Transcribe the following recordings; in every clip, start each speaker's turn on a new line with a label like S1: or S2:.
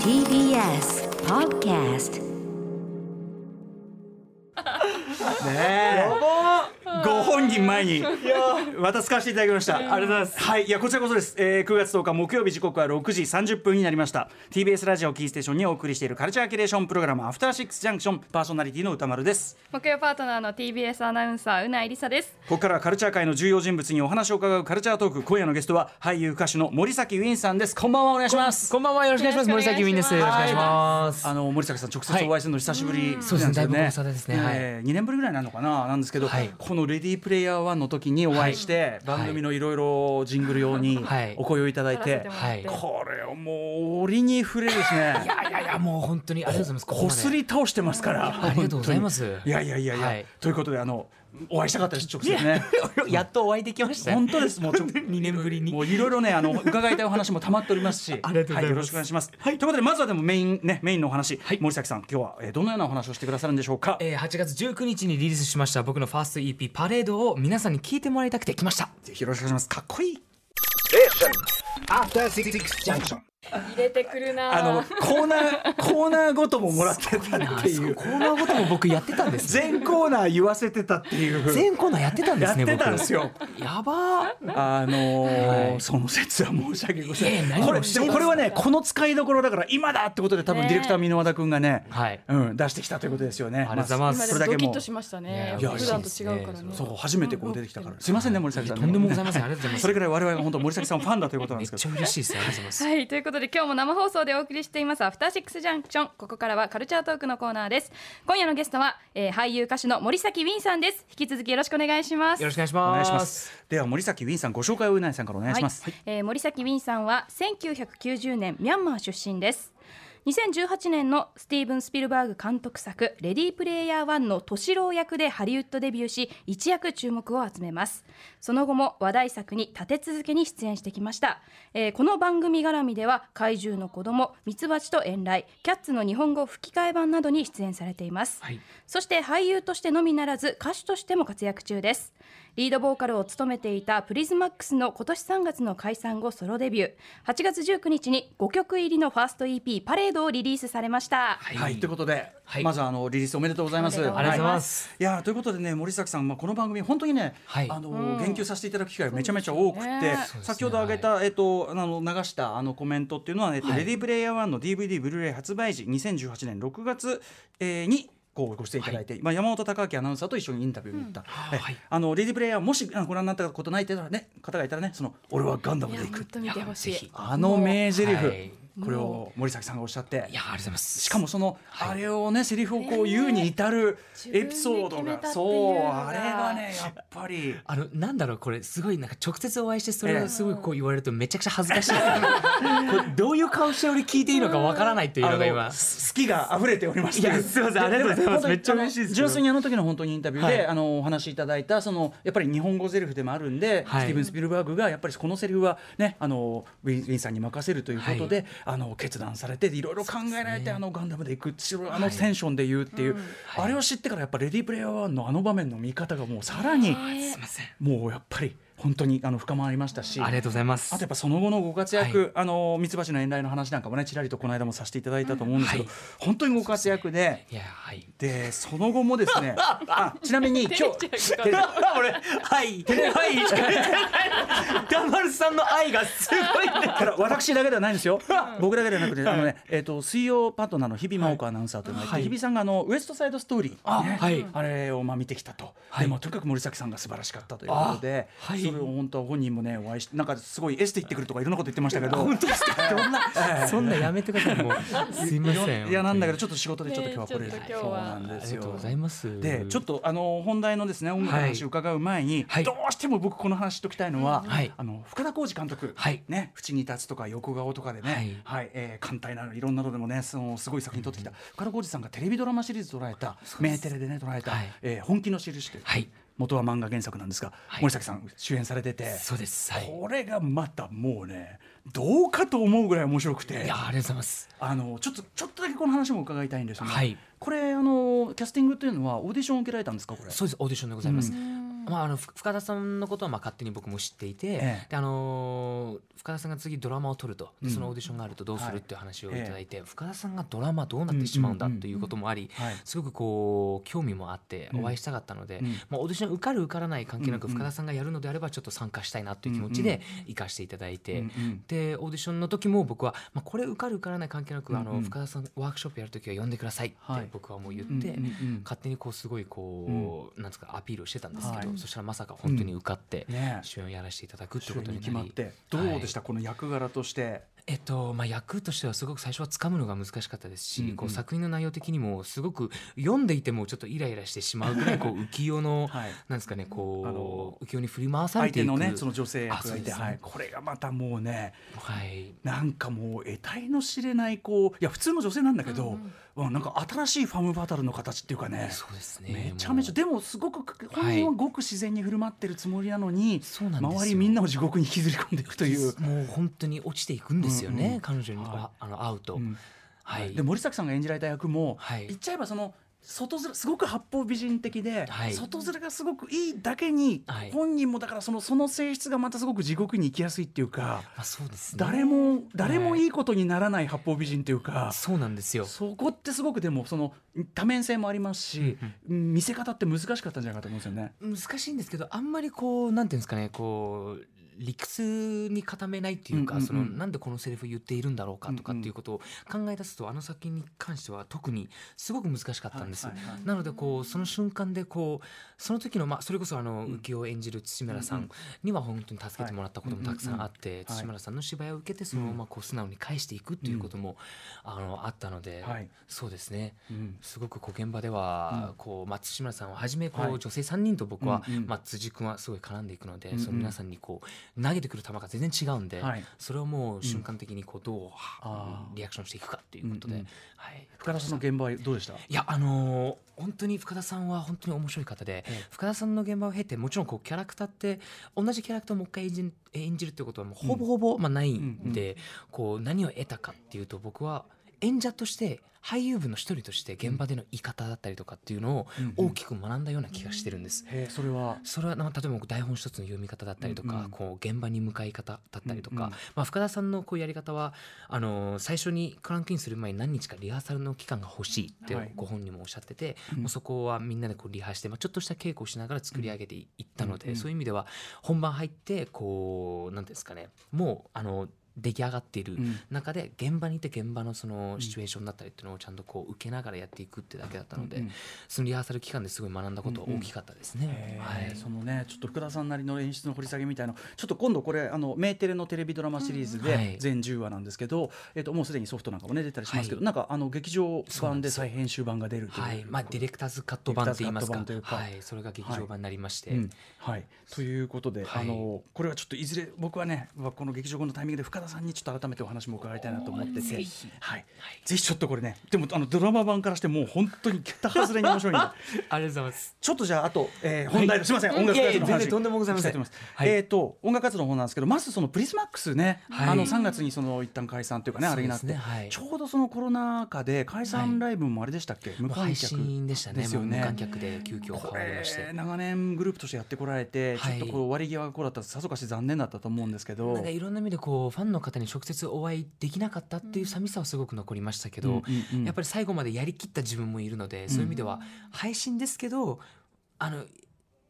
S1: TBS Podcast
S2: ねえご本人前に渡すかしていただきましたありがとうございますはいいやこちらこそです、えー、9月10日木曜日時刻は6時30分になりました TBS ラジオキーステーションにお送りしているカルチャーキュレーションプログラムアフターシックスジャンクションパーソナリティの歌丸です
S3: 木曜パートナーの TBS アナウンサーうないりさです
S2: ここからはカルチャー界の重要人物にお話を伺うカルチャートーク今夜のゲストは俳優歌手の森崎ウィンさんですこんばんはお願いします
S4: こんばんはよろしくお願いします。
S3: よろ
S4: 森
S3: しくお願いします
S4: 崎ウィンです。よろしくお願いします。
S2: あの森崎さん直接お会いするの久しぶりなん
S4: そうですねだいぶご無沙
S2: そう
S4: 汰ですねはい
S2: 2年ぶりぐらいなのかななんですけど、
S4: はい
S2: この「レディープレイヤー1」の時にお会いして、番組のいろいろジングル用に
S4: はい
S2: お声をいただいて、
S4: はい
S3: 撮らせて
S2: こ
S3: もらって
S2: れをもう折に触れですね
S4: いやいやいやもう本当にありがとうございます。ここ
S2: こ
S4: まです
S2: り倒してますから
S4: ありがとうございます。
S2: いやいやいやいや、
S4: はい
S2: ということであのお会いしたかったです直接ね。
S4: やっとお会いできましたよ。
S2: 本当ですもうちょ
S4: 二年ぶりに
S2: もういろいろねあ の伺いたいお話もたまっておりますし
S4: ありがとうございます
S2: はよろしくお願いします、はい、ということでまずはでもメインねメインのお話、森崎さん今日は、えーどのようなお話をしてくださるんでしょうか、
S4: えー8月19日にリリースしました僕のファースト EP パレードを皆さんに聞いてもらいたくて来ました。
S2: ぜひよろしくお願いしますかっこいい
S5: After Six Junction.
S3: 入れてくるな
S2: あのコーナーコーナーごとももらってた って いう
S4: コーナーごとも僕やってたんですね。
S2: 全コーナー言わせてたっていう
S4: 全コーナーやってたんで
S2: やっ
S4: すね。
S2: てたん
S4: 僕
S2: ですよ
S4: やばー。
S2: あのー
S4: はい
S2: その説は申し訳ございません。
S4: いやいや
S2: これ
S4: 何をおっしゃ
S2: で
S4: い
S2: も
S4: ます
S2: これはねこの使いどころだから今だってことで多分
S3: ね
S2: ディレクター箕輪田君がね、
S4: はい
S2: うん出してきたということですよね。
S4: ありがとうございま
S3: 今
S4: す
S3: で
S2: そ
S3: も
S2: れだ
S3: ド
S2: け
S3: キッ
S2: も
S3: としましたね
S2: いや
S3: 普段と違うからね
S2: そう初めてこう出てきたから。すいませんね森崎さん。
S4: とんでもございません。ありがとうございま す
S2: そ。れぐらい我々が本当森崎さんファンだということなん
S4: め
S2: で
S4: っ
S2: すけ
S4: ち
S2: ど
S4: ゃ。嬉しいです。ありがとうございます。
S3: はいということで今日も生放送でお送りしていますアフターシックスジャンクションここからはカルチャートークのコーナーです今夜のゲストは、えー、俳優歌手の森崎ウィンさんです引き続きよろしくお願いします
S4: よろしくお願いし
S2: お願いしま
S4: ますす。。
S2: では森崎ウィンさんご紹介をうないさんからお願いします。
S3: はいえー森崎ウィンさんは1990年ミャンマー出身です2018年のスティーブン・スピルバーグ監督作「レディープレイヤー1」の敏郎役でハリウッドデビューし一躍注目を集めますその後も話題作に立て続けに出演してきました、えーこの番組絡みでは怪獣の子供ミツバチと遠雷キャッツの日本語吹き替え版などに出演されています、
S4: はい
S3: そして俳優としてのみならず歌手としても活躍中です。リードボーカルを務めていたプリズマックスの今年3月の解散後ソロデビュー。8月19日に5曲入りのファースト EP パレードをリリースされました。
S2: はい、
S4: はい
S2: ということで、
S4: はい
S2: まずあのリリースおめでとうございます。。
S3: おめでとうご
S4: ありがとうございますす。
S2: いやーということでね森崎さん、まあ、この番組本当にね、
S4: はい
S2: あの
S3: うん
S2: 言及させていただく機会がめちゃめちゃ多くて、
S3: そうです
S4: ね
S2: 先ほど挙げた、えっと、あの流したあのコメントっていうのは、えっと
S4: はい
S2: レディープレイヤー1の DVD ブルーレイ発売時2018年6月、えーにこうご出演いただいて、まあ、山本隆明アナウンサーと一緒にインタビューに行った、え
S4: はい
S2: あのレディープレイヤーもしあのご覧になったことないって、ね、方がいたらねその俺はガンダム
S3: い
S2: で
S3: や
S2: 行く
S3: 本当見てほし
S4: いや
S3: い
S4: ぜひ。
S2: あの名台詞、
S4: はい
S2: これを森崎さんがおっしゃって
S4: いやありがとうございます。
S2: しかもその、
S4: はい
S2: あれをねセリフをこう言うに至るエピソード
S3: 自分で決め
S2: が
S3: たっていう
S2: そう
S3: のが
S2: あれがねやっぱり
S4: あのなんだろうこれすごいなんか直接お会いしてそれ
S2: ええ
S4: をすごいこう言われるとめちゃくちゃ恥ず かしい、これどういう顔して俺聞いていいのかわからないという
S2: あ
S4: のが今
S2: のす好きが溢れておりまして
S4: いやすいませんありがとうございますめっちゃ嬉しいで
S2: あ
S4: す
S2: の純粋にあの時の本当にインタビューで、
S4: はい
S2: あのお話しいただいたそのやっぱり日本語セリフでもあるんで、
S4: はい
S2: スティーブン・スピルバーグがやっぱりこのセリフはねあのウィンウィンさんに任せるということで、あの決断されていろいろ考えられて、あのガンダムでいくしろあのテンションで言うっていう、あれを知ってからやっぱレディープレイヤー1のあの場面の見方がもうさらに。
S4: すいません
S2: もうやっぱり本当にあの深まりましたし。
S4: ありがとうございます
S2: あとやっぱその後のご活躍、あのミツバチの遠来の話なんかもねちらりとこの間もさせていただいたと思うんですけど、
S4: うんはい
S2: 本当にご活躍で
S4: いやはい
S2: でその後もです ねあちなみに今日テレビ
S4: 俺はいはい ダマルさんの愛がすごい
S2: だから私だけではないんですよ僕だけではなくてあの、ねえー、と水曜パートナーの日々真央子アナウンサーというのがいて、
S4: はい
S2: 日々さんがあのウエストサイドストーリー、ね
S4: はい
S2: あれをまあ見てきたと、
S4: はい
S2: でもとにかく森崎さんが素晴らしかったということで、
S4: あはい
S2: それを本当本人もねお会いしてなんかすごいエステ行ってくるとかいろんなこと言ってましたけど。
S4: そんなそんなやめてくださいもうすいません
S2: いやなんだけど
S4: ちょ
S2: ちょっと仕事でちょっと今日はこれ
S3: ね
S2: で、
S3: えち
S2: そう
S3: ょっと今日は
S2: なん
S4: あ
S2: で
S4: り
S2: す
S4: がとう
S2: よ
S4: ご。ざいます
S2: でちょっ
S4: と
S2: とあの本題のですね音楽の話を伺う前に、
S4: はい
S2: どうしても僕この話しときたいのは、
S4: はい
S2: あの深田浩二監督、
S4: はい
S2: ね「縁に立つ」とか「横顔」とかでね、は
S4: はいい
S2: えー、艦隊などいろんなのでもねそのすごい作品撮ってきた、深田浩二さんがテレビドラマシリーズ捉えた「メーテレ」でね捉えた「
S4: はい
S2: えー本気の印」という、
S4: はい
S2: 元は漫画原作なんですが、
S4: はい
S2: 森崎さん主演されてて。
S4: そうですはい
S2: これがまたもうねどうかと思うぐらい面白くて
S4: いやありがとうございます
S2: あのちょっとちょっとだけこの話も伺いたいんですが、
S4: はい
S2: これあのキャスティングというのはオーディションを受けられたんですかこれ
S4: そうですオーディションでございます、まあ、あのふ深田さんのことはまあ勝手に僕も知っていて、
S2: ええ
S4: であのー深田さんが次ドラマを撮るとで
S2: うん
S4: そのオーディションがあるとどうす
S2: はい
S4: るっていう話をいただいて、深田さんがドラマどうなってしまうんだ
S2: うんうんうん
S4: ということもあり、
S2: はい
S4: すごくこう興味もあって
S2: うん
S4: お会いしたかったので、
S2: うん
S4: まあ、オーディション受かる受からない関係な
S2: う
S4: く
S2: んうん
S4: 深田さんがやるのであればちょっと参加したいなという気持ち
S2: う
S4: で行かせていただいて。
S2: うんうん
S4: でオーディションの時も僕は、まあ、これ受かる受からない関係なく、あ
S2: うんう
S4: の
S2: ん
S4: 深田さんワークショップやる時は呼んでくださいって
S2: はい
S4: 僕はもう言って、
S2: うんうんうん
S4: 勝手にこうすごいこう、なんですかアピールをしてたんですけど、
S2: はい
S4: そしたらまさか本当に受かって、
S2: ねえ
S4: 主演をやらせていただくって
S2: 主
S4: こ
S2: 演
S4: と
S2: に
S4: に
S2: 決
S4: な
S2: まっ
S4: り
S2: てどうでした
S4: は
S2: この役柄として
S4: いえっとまあ、役としてはすごく最初は掴むのが難しかったですし、
S2: うんうん
S4: こう作品の内容的にもすごく読んでいてもちょっとイライラしてしまうぐ らいこう浮世の、
S2: はい
S4: なんですかね
S2: あの
S4: こう浮世に振り回され
S2: 相
S4: てい
S2: 手
S4: く
S2: のねその女性
S4: あ
S2: 役
S4: そう
S2: がい
S4: で
S2: て
S4: すね
S2: はいこれがまたもうね
S4: はい、
S2: なんかもう得体の知れないこういや普通の女性なんだけど、うんなんか新しいファムバタルの形っていうかね
S4: そうですね
S2: めちゃめちゃ
S4: もう
S2: でもすごく
S4: はい
S2: 本人はごく自然に振る舞ってるつもりなのに、
S4: そうなんですよ
S2: 周りみんなを地獄に引きずり込んでいくという。
S4: もう本当に落ちていくんですよね、
S2: うんうん
S4: 彼女に、
S2: は
S4: あの会うと、
S2: うん
S4: はい
S2: で森崎さんが演じられた役も、
S4: はい
S2: 言っちゃえばその外面すごく八方美人的で、
S4: はい
S2: 外面がすごくいいだけに、
S4: はい
S2: 本人もだからそのその性質がまたすごく地獄に行きやすいっていうか、
S4: まあ、そうですね
S2: 誰も誰もいいことにならない八方美人というか、
S4: そうなんですよ
S2: そこってすごくでもその多面性もありますし、見せ方って難しかったんじゃないかと思うんですよね。
S4: 難しいんですけどあんまりこうなんていうんですかねこう理屈に固めないっていうか、
S2: うんうんうん
S4: そのなんでこのセリフ言っているんだろうかとか
S2: う
S4: っ
S2: んうん
S4: ていうことを考え出すと、あの作品に関しては特にすごく難しかったんです、
S2: はいはいはい
S4: なのでこうその瞬間でこうその時の、まあ、それこそあの浮世を演じる土村さんには本当に助けてもらったこともたくさんあって、
S2: い
S4: 土村さんの芝居を受けてそのままこう素直に返していくっていうことも、あのあったので、
S2: はい
S4: そうですね
S2: うん
S4: すごくこう現場では、こう松島さんをはじめこ
S2: はいう
S4: 女性3人と僕は、
S2: うんうん
S4: まあ、辻君はすごい絡んでいくので、
S2: んうん
S4: その皆さんにこう投げてくる球が全然違うんで、
S2: はい
S4: それをもう瞬間的にこうどうは、
S2: あー
S4: リアクションしていくかっていうことで、
S2: うんうん
S4: はい、
S2: 深田さんの現場はどうでした
S4: いやあのー本当に深田さんは本当に面白い方で、深田さんの現場を経てもちろんこうキャラクターって同じキャラクターをもう一回演じ演じるってことはもうほぼほぼ、まあ、ないんで、こう何を得たかっていうと僕は演者として俳優部の一人として現場での言い方だったりとかっていうのを大きく学んだような気がしてるんです。
S2: へえそれは
S4: それはなんか例えば台本一つの読み方だったりとか、
S2: うんうん
S4: こう現場に向かい方だったりとか、
S2: うんうん
S4: まあ、深田さんのこうやり方はあのー最初にクランクインする前に何日かリハーサルの期間が欲しいって
S2: はい
S4: ご本人もおっしゃってて、もうそこはみんなでこうリハして、まあ、ちょっとした稽古をしながら作り上げていいったの
S2: う
S4: で、
S2: んうん
S4: そういう意味では本番入ってこうなんていうんですかねもうあの出来上がっている
S2: うん
S4: 中で現場にいて現場のそのシチュエーションだったりっていうのをちゃんとこう受けながらやっていくってだけだったので、
S2: うんうん
S4: そのリハーサル期間ですごい学んだことは大きかったですね。は
S2: はい
S4: い、
S2: そのねちょっと福田さんなりの演出の掘り下げみたいなちょっと今度これあのメーテレのテレビドラマシリーズ
S4: うんはい
S2: で全10話なんですけど、えっともうすでにソフトなんかもね出たりしますけど、
S4: はい
S2: なんかあの劇場
S4: そうなん
S2: 版で
S4: ですよ
S2: 再編集版が出るという。
S4: はい、まあディレクターズカット版って言いますか
S2: ディレクターズカット版
S4: は
S2: と
S4: い、それが劇場版になりまして、
S2: うんはい、ということで、
S4: は
S2: あ
S4: い
S2: のこれはちょっといずれ僕はねこの劇場後のタイミングで深田さんにちょっと改めてお話も伺いたいなと思ってて
S4: ぜひ
S2: はいぜひちょっとこれねでもあのドラマ版からしてもう本当に桁外れに面白い んで
S4: ありがとうございます。
S2: ちょっとじゃああと、えー本題の、
S4: はい
S2: すみません
S4: うん
S2: 音楽活動の話
S4: いやいや全然とんでもございませ
S2: 聞
S4: ん
S2: きたと思います
S4: はい
S2: えっ、と音楽活動の方なんですけどまずそのプリスマックスね、
S4: はい
S2: あの3月にその一旦解散というかねあれになって、
S4: そうですねはい
S2: ちょうどそのコロナ禍で解散ライブもあれでしたっけ、無観
S4: 配
S2: 客
S4: 信でしたね。
S2: ですよ
S4: もう無
S2: ね
S4: 観客で急遽
S2: こ
S4: 変わりまして
S2: れ。長年グループとしてやってこられて、
S4: はい
S2: ちょっとこう終わり際がこうだったらさぞかし残念だったと思うんですけど
S4: なんかいろんな意味でこうファンの方に直接お会いできなかったっていう寂しさはすごく残りましたけど、
S2: うんうんうん
S4: やっぱり最後までやりきった自分もいるので、そういう意味では配信ですけどあの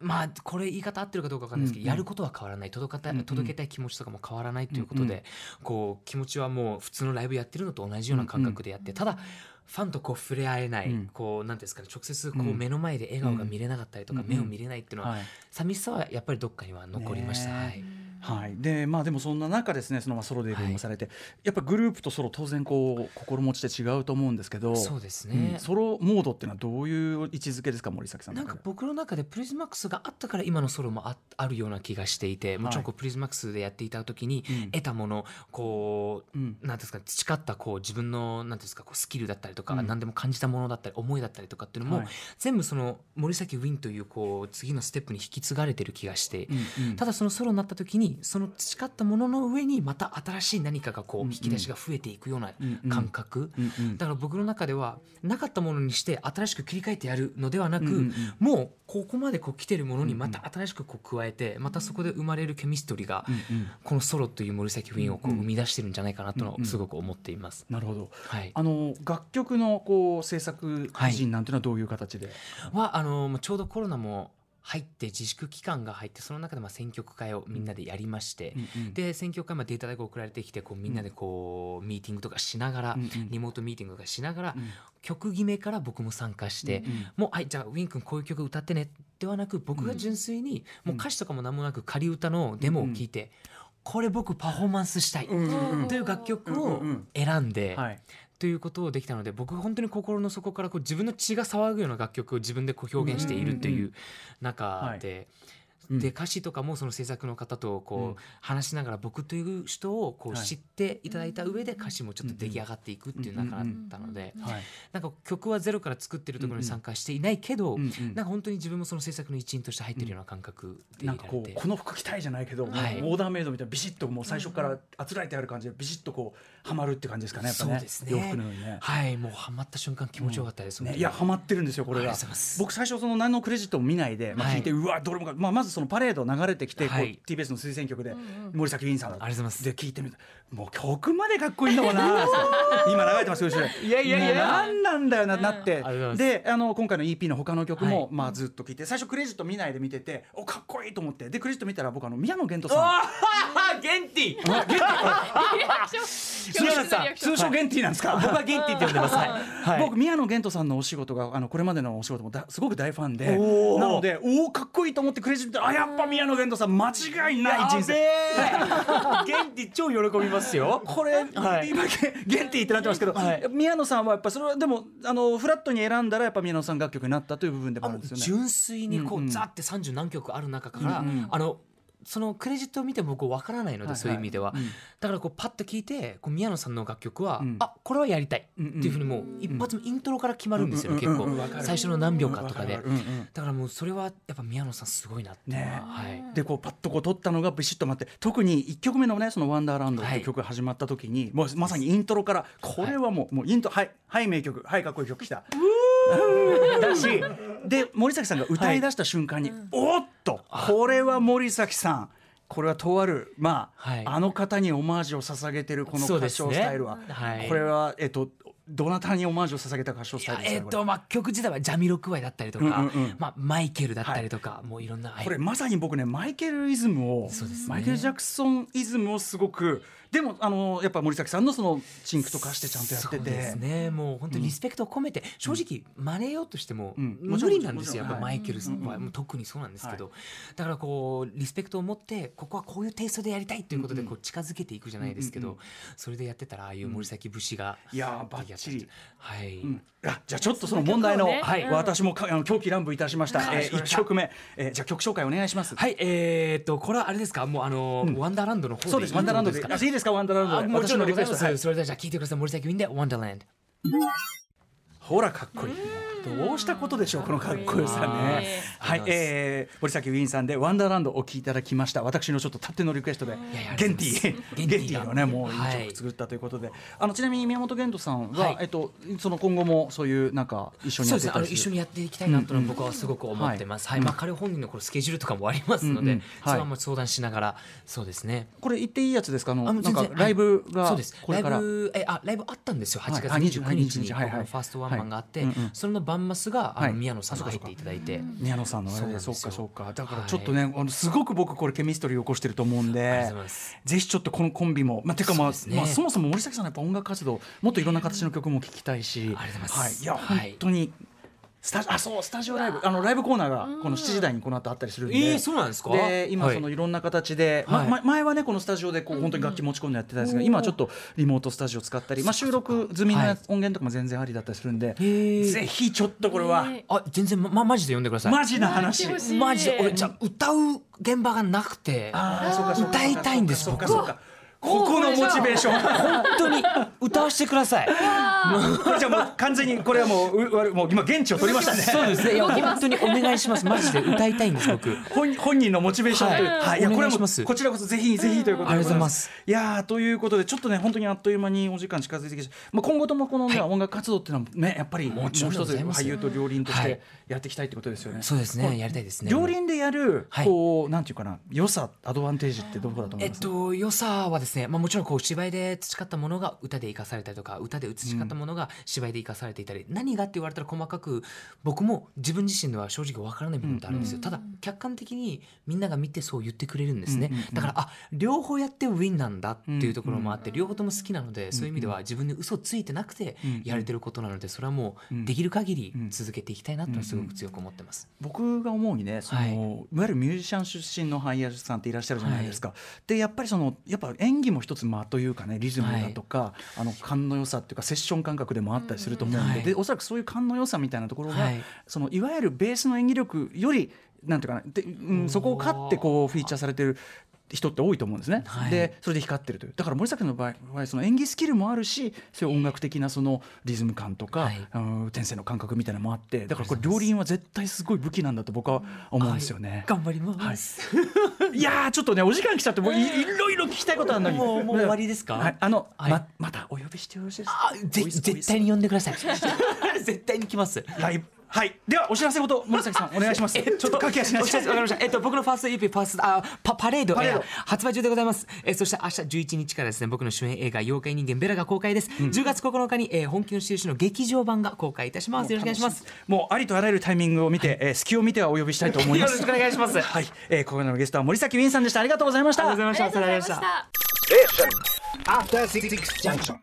S4: まあこれ言い方合ってるかどうかわかんないですけど、
S2: うんうん
S4: やることは変わらない届かたい届けたい気持ちとかも変わらないということで、こう気持ちはもう普通のライブやってるのと同じような感覚でやって、ただファンとこう触れ合えない、
S2: うん
S4: こうなんていうんですかね直接こ
S2: う
S4: うん目の前で笑顔が見れなかったりとか、
S2: うん
S4: 目を見れないっていうのは、
S2: はい
S4: 寂しさはやっぱりどっかには残りました。
S2: ねえ
S4: はい
S2: はい、でまあでもそんな中ですねそのまあソロデビューもされて、やっぱグループとソロ当然こう心持ちって違うと思うんですけど
S4: そうですね
S2: うんソロモードっていうのはどういう位置づけですか森崎さんの
S4: なん
S2: 中
S4: か
S2: で
S4: 僕の中でプリズマックスがあったから今のソロもああるような気がしていてもちろんこうプリズマックスでやっていた時に
S2: うん
S4: 得たもの、こう
S2: うん
S4: なんていうんですか培ったこう自分のなんていうんですかこうスキルだったりとか、
S2: うん
S4: 何でも感じたものだったり思いだったりとかっていうのも、
S2: はい
S4: 全部その森崎ウィンというこう次のステップに引き継がれてる気がして、
S2: うんうん
S4: ただそのソロになった時ににその培ったものの上にまた新しい何かがこう引き出しが増えていくような感覚だから僕の中ではなかったものにして新しく切り替えてやるのではなく、もうここまでこう来てるものにまた新しくこう加えてまたそこで生まれるケミストリーがこのソロという森崎ウィンをこう生み出してるんじゃないかなとのすごく思っています。
S2: なるほど
S4: はい、
S2: あの楽曲のこう制作人なんていうのはどういう形で、
S4: はあのまあちょうどコロナも入って自粛期間が入ってその中でまあ選挙区会をみんなでやりまして、で選挙区会まあデータでこう送られてきてこうみんなでこうミーティングとかしながら、
S2: うんうん
S4: リモートミーティングとかしながら、
S2: うん
S4: 曲決めから僕も参加して、もうはいじゃあウィン君こういう曲歌ってねではなく僕が純粋に、もう歌詞とかも何もなく仮歌のデモを聞いて、これ僕パフォーマンスしたい、という楽曲を選んで、
S2: はい、
S4: ということをできたので僕本当に心の底からこう自分の血が騒ぐような楽曲を自分でこう表現していると
S2: うんうん
S4: い
S2: うん
S4: う中で。
S2: うん
S4: で歌詞とかもその制作の方と
S2: う
S4: こ
S2: ん
S4: う話しながら僕という人をこう
S2: はい
S4: 知っていただいた上で歌詞もちょっと出来上がっていくっていう中だったので
S2: はい
S4: なんか曲はゼロから作ってるところに参加していないけど
S2: うんうん
S4: なんか本当に自分もその制作の一員として入ってるような感覚でい
S2: なん
S4: られ
S2: かこう
S4: て
S2: この服着たいじゃないけど、
S4: はい
S2: オーダーメイドみたいなビシッともう最初からあつらえてある感じでビシッとこうはまるって感じですかねやっぱね
S4: そうですね
S2: 洋服のようにね。
S4: はいもうハマった瞬間気持ちよかったです
S2: ね
S4: 本
S2: い
S4: 当に
S2: やハマってるんですよこれ
S4: あり
S2: が
S4: がとうございます
S2: 僕最初その何のクレジットも見ないで、まあ、
S4: はい
S2: 聞いて、うわどれもか、まあ、まずそのパレード流れてきて、こう
S4: はい
S2: TBS の推薦曲で森崎ウィンさんだ
S4: ありがとうございます
S2: で聞いてみたもう曲までかっこいいんだもん な今流れてますよ後ろで
S4: いやいやいや
S2: もう何なんだよな、なって
S4: ありがとうござ
S2: であの今回の EP の他の曲も、
S4: はい
S2: まあ、ずっと聞いて最初クレジット見ないで見てておかっこいいと思ってでクレジット見たら僕あの宮野源斗さん
S4: あーゲンティ
S2: 通称通称ゲンティなんですか、
S4: 僕はゲンティって呼んでます。はい。
S2: はい僕宮野源斗さんのお仕事があのこれまでのお仕事もだすごく大ファンでな
S4: おー
S2: のでおおかっこいいと思ってクレジット見たらあやっぱ宮野源斗さん間違いない人生
S4: 生。ゲンティ超喜びますよ。
S2: これ、
S4: はい
S2: 今ゲゲンティってなってますけど、
S4: はい
S2: 宮野さんはやっぱそれはでもあのフラットに選んだらやっぱ宮野さん楽曲になったという部分でもあるんですよね。
S4: 純粋にこう、ザって三十何曲ある中から、
S2: うんうん
S4: あの。そのクレジットを見ても僕わからない
S2: は
S4: ので、
S2: いはい
S4: そういう意味では、
S2: うん
S4: だからこうパッと聞いてこう宮野さんの楽曲は、
S2: うん
S4: あこれはやりたいって
S2: うんうん
S4: いうふうにもう一発のイントロから決まるんですよ、
S2: うんうんうん
S4: 結構、
S2: うんわかる
S4: 最初の何秒かとかで、
S2: わるわるうんうん
S4: だからもうそれはやっぱ宮野さんすごいなっていうのは、
S2: ね
S4: はい、
S2: でこうパッとこう撮ったのがビシッと待って特に1曲目のね「そのワンダーランド」っていう曲が始まった時に、もうまさにイントロからこれはもう,、もうイントロはいはい名曲はいかっこいい曲きた。だしで森崎さんが歌い出した瞬間に、おっとこれは森崎さんこれはとある、まあ
S4: はい
S2: あの方にオマージュを捧げてるこの
S4: そう
S2: 歌
S4: ですね
S2: 唱スタイルは、
S4: はい
S2: これは、えっと、どなたにオマージュを捧げた歌唱ス
S4: い
S2: タイ
S4: や
S2: ルです
S4: え
S2: か
S4: っ、
S2: これ
S4: とまあ曲自体はジャミロクワイだったりとか、
S2: うんうんうん
S4: まあ、マイケルだったりとか、もういろんな、はい
S2: これまさに僕ねマイケルイズムを、
S4: そうですね
S2: マイケル・ジャクソンイズムをすごくでもあのやっぱ森崎さんのそのチンクとかしてちゃんとやってて。
S4: そうですねもう本当にリスペクトを込めて、正直真似ようとしても
S2: うん
S4: 無理なんです
S2: もちろん
S4: よ、やっぱ
S2: は
S4: マ
S2: い
S4: イケルさんはもう特にそうなんですけど、だからこうリスペクトを持ってここはこういうテイストでやりたいということでこう近づけていくじゃないですけど、それでやってたらああいう森崎節が、
S2: いやーバッチリ
S4: はい、
S2: あじゃあちょっとその問題の、
S3: その曲をね
S2: はい
S3: うん
S2: 私もかあの狂気乱舞いたしました、
S4: はい
S2: えー、1曲目、えー、じゃあ曲紹介お願いします、
S4: はいえー、っとこれはあれですかもうあの、ワンダーランドの方で
S2: そうですワンダーランドで
S4: いいって
S2: あ
S4: こと
S2: いいですかワンダーランド
S4: か
S2: で
S4: あもちろ
S2: 私
S4: ん
S2: の
S4: で
S2: リ
S4: ご
S2: クエス
S4: ざいま
S2: ト
S4: す、
S2: はい
S4: それではじゃあ聞いてください森崎ウィンでワンダーランド
S2: ほらかっこいいどうしたことでしょうこのかっこよさねは
S4: かっ
S2: い
S4: こいい
S2: えー、森崎ウィンさんで「ワンダーランド」お聴きいただきました私のちょっと勝手のリクエストで
S4: いやいや
S2: ゲンティ
S4: あり
S2: ゲ
S4: がと
S2: ンテ
S4: うございますゲンティ
S2: ィ
S4: が
S2: をねもう
S4: はい
S2: 一曲作ったということで、あのちなみに宮本玄斗さんは、
S4: はい
S2: えっと、その今後もそういうなんか一緒に
S4: そ
S2: や
S4: う
S2: っ
S4: で
S2: て
S4: すね、あ
S2: た
S4: の
S2: りす
S4: 一
S2: る
S4: 緒にやっていきたいなとの僕はすごく思ってます。はい、まあ彼本人のこれスケジュールとかもありますので、
S2: うんうんはい
S4: それはもう相談しながら、そうですね。
S2: これ言っていいやつですかあの
S4: あの
S2: なんか
S4: 全然
S2: ライブ
S4: はい
S2: が
S4: そうです
S2: これから
S4: ライブえあライブあったんですよ8
S2: はい
S4: 月
S2: あ29
S4: 29日に
S2: 日
S4: こ
S2: はい
S4: の
S2: はい
S4: ファーストワンマンがあって、
S2: はいうんうん
S4: それのバンマスがあの、
S2: はい
S4: 宮野さんが
S2: あそ
S4: 入
S2: う
S4: っ
S2: か
S4: ていただいて、
S2: 宮野さんのあ
S4: そう
S2: れ
S4: なん
S2: で
S4: です
S2: そ
S4: よ
S2: っかそっかだからちょっとね、あのすごく僕これケミストリー起こしてると思うん
S4: ありが
S2: で
S4: とうございます
S2: ぜひちょっとこのコンビも、まあ、てかまあ
S4: そうですね
S2: まあ、そもそも森崎さんのやっぱ音楽活動もっといろんな形の曲も聴きたいし
S4: ありがとうございます
S2: はい、いや
S4: はい
S2: 本当にスタジあそうスタジオライブあのライブコーナーがこの7時台にこの後あったりするんで。
S4: えーそうなんですか
S2: で今
S4: はい
S2: そのいろんな形で、ま
S4: はい
S2: ま前はねこのスタジオでこう本当に楽器持ち込んでやってたんですが、今はちょっとリモートスタジオ使ったり、まあ、収録済みのやつ音源とかも全然ありだったりするんで、
S4: ー
S2: ぜひちょっとこれは、
S3: ね
S4: あ全然ままマジで呼んでください。
S2: マジな話。
S3: マジで
S4: マジで俺じゃあ歌う現場がなくて、
S2: あーそうかそうか
S4: 歌いたいんです
S2: そうか
S4: 僕
S2: そうかここのモチベーション
S4: 本当に歌わしてください。
S2: これじゃあもう完全にこれはもううわもう今現地を取りましたね
S4: そうですね。いや本当にお願いします。マジで歌いたいんです僕。
S2: 本本人のモチベーションという、
S4: はい
S2: はい、いや
S4: お
S2: これ
S4: 願
S2: はいも
S4: し
S2: う
S4: ます
S2: こちらこそぜひぜひということで
S4: ありがとうございます。
S2: いやーということでちょっとね本当にあっという間にお時間近づいてきて、まあ今後ともこのね、音楽活動っていうのはねやっぱりもう
S4: ちろんで
S2: 一
S4: ご
S2: つ
S4: ざいます
S2: 俳優と両輪とし
S4: は
S2: て
S4: い
S2: やっていきたいってことですよね。
S4: そうですね。やりたいですね。
S2: 両輪でやる
S4: はい
S2: こうなんていうかな良さアドバンテージってどこだと思い
S4: えっ
S2: ます？
S4: と、良さはですね、まあ、もちろんこう芝居で培ったものが歌で生かされたりとか歌で培ったものが芝居で生かされていたり、何がって言われたら細かく僕も自分自身では正直わからない部分ってあるんですよ、ただ客観的にみんなが見てそう言ってくれるんですね、
S2: うんうんうん
S4: だからあ両方やってウィンなんだっていうところもあって、両方とも好きなので、そういう意味では自分で嘘ついてなくて
S2: うん
S4: やれてることなのでそれはも
S2: う
S4: うんできる限り
S2: うん
S4: 続けていきたいなとすごく強く思ってます。
S2: 僕が思うにねその、
S4: はい
S2: い、わゆるミュージシャン出身の俳優さんっていらっしゃるじゃないですか、でやっぱりそのやっぱ演技も一つ間というかねリズムだとか、あの勘の良さっていうかセッション感覚でもあったりすると思うんで,、
S4: はい
S2: でおそらくそういう勘の良さみたいなところが、
S4: はい
S2: そのいわゆるベースの演技力よりなんていうかなで、うん、そこを勝ってこうフィーチャーされてる人って多いと思うんですね、
S4: はい
S2: でそれで光ってるというだから森崎の場合はその演技スキルもあるしそういう音楽的なそのリズム感とか、
S4: はい
S2: うん天性の感覚みたいなのもあってだからこれ両輪は絶対すごい武器なんだと僕は思うんですよね。
S4: 頑張ります、
S2: いやーちょっとねお時間来ちゃってもういいろいろ聞きたいことあるのに
S4: もうもう終わりですか
S2: はいあの、
S4: はい
S2: ままたお呼びしてよろしいですか
S4: あぜ絶対に呼んでくださ い絶対に来 ます
S2: ライブはいではお知らせごと森崎さんお願いします、ちょっと駆け足な
S4: お
S2: し
S4: 知らせわかりました。えっと、僕のファースト EP、パースあパパレード
S2: パレード
S4: えー発売中でございます。えーそして明日11日からですね、僕の主演映画、妖怪人間ベラが公開です。10月9日に、えー本気の印の劇場版が公開いたします。よろしくお願いします。
S2: もうありとあらゆるタイミングを見て、えー隙を見てはお呼びしたいと思い
S4: よ
S2: ま
S4: ろ
S2: す
S4: しくお願いします。
S2: はい、えー、ここまでのゲストは森崎ウィンさんでしたありがとうございました
S4: ありがとうございました。ありがとうございました。
S5: Station. After Six Junction.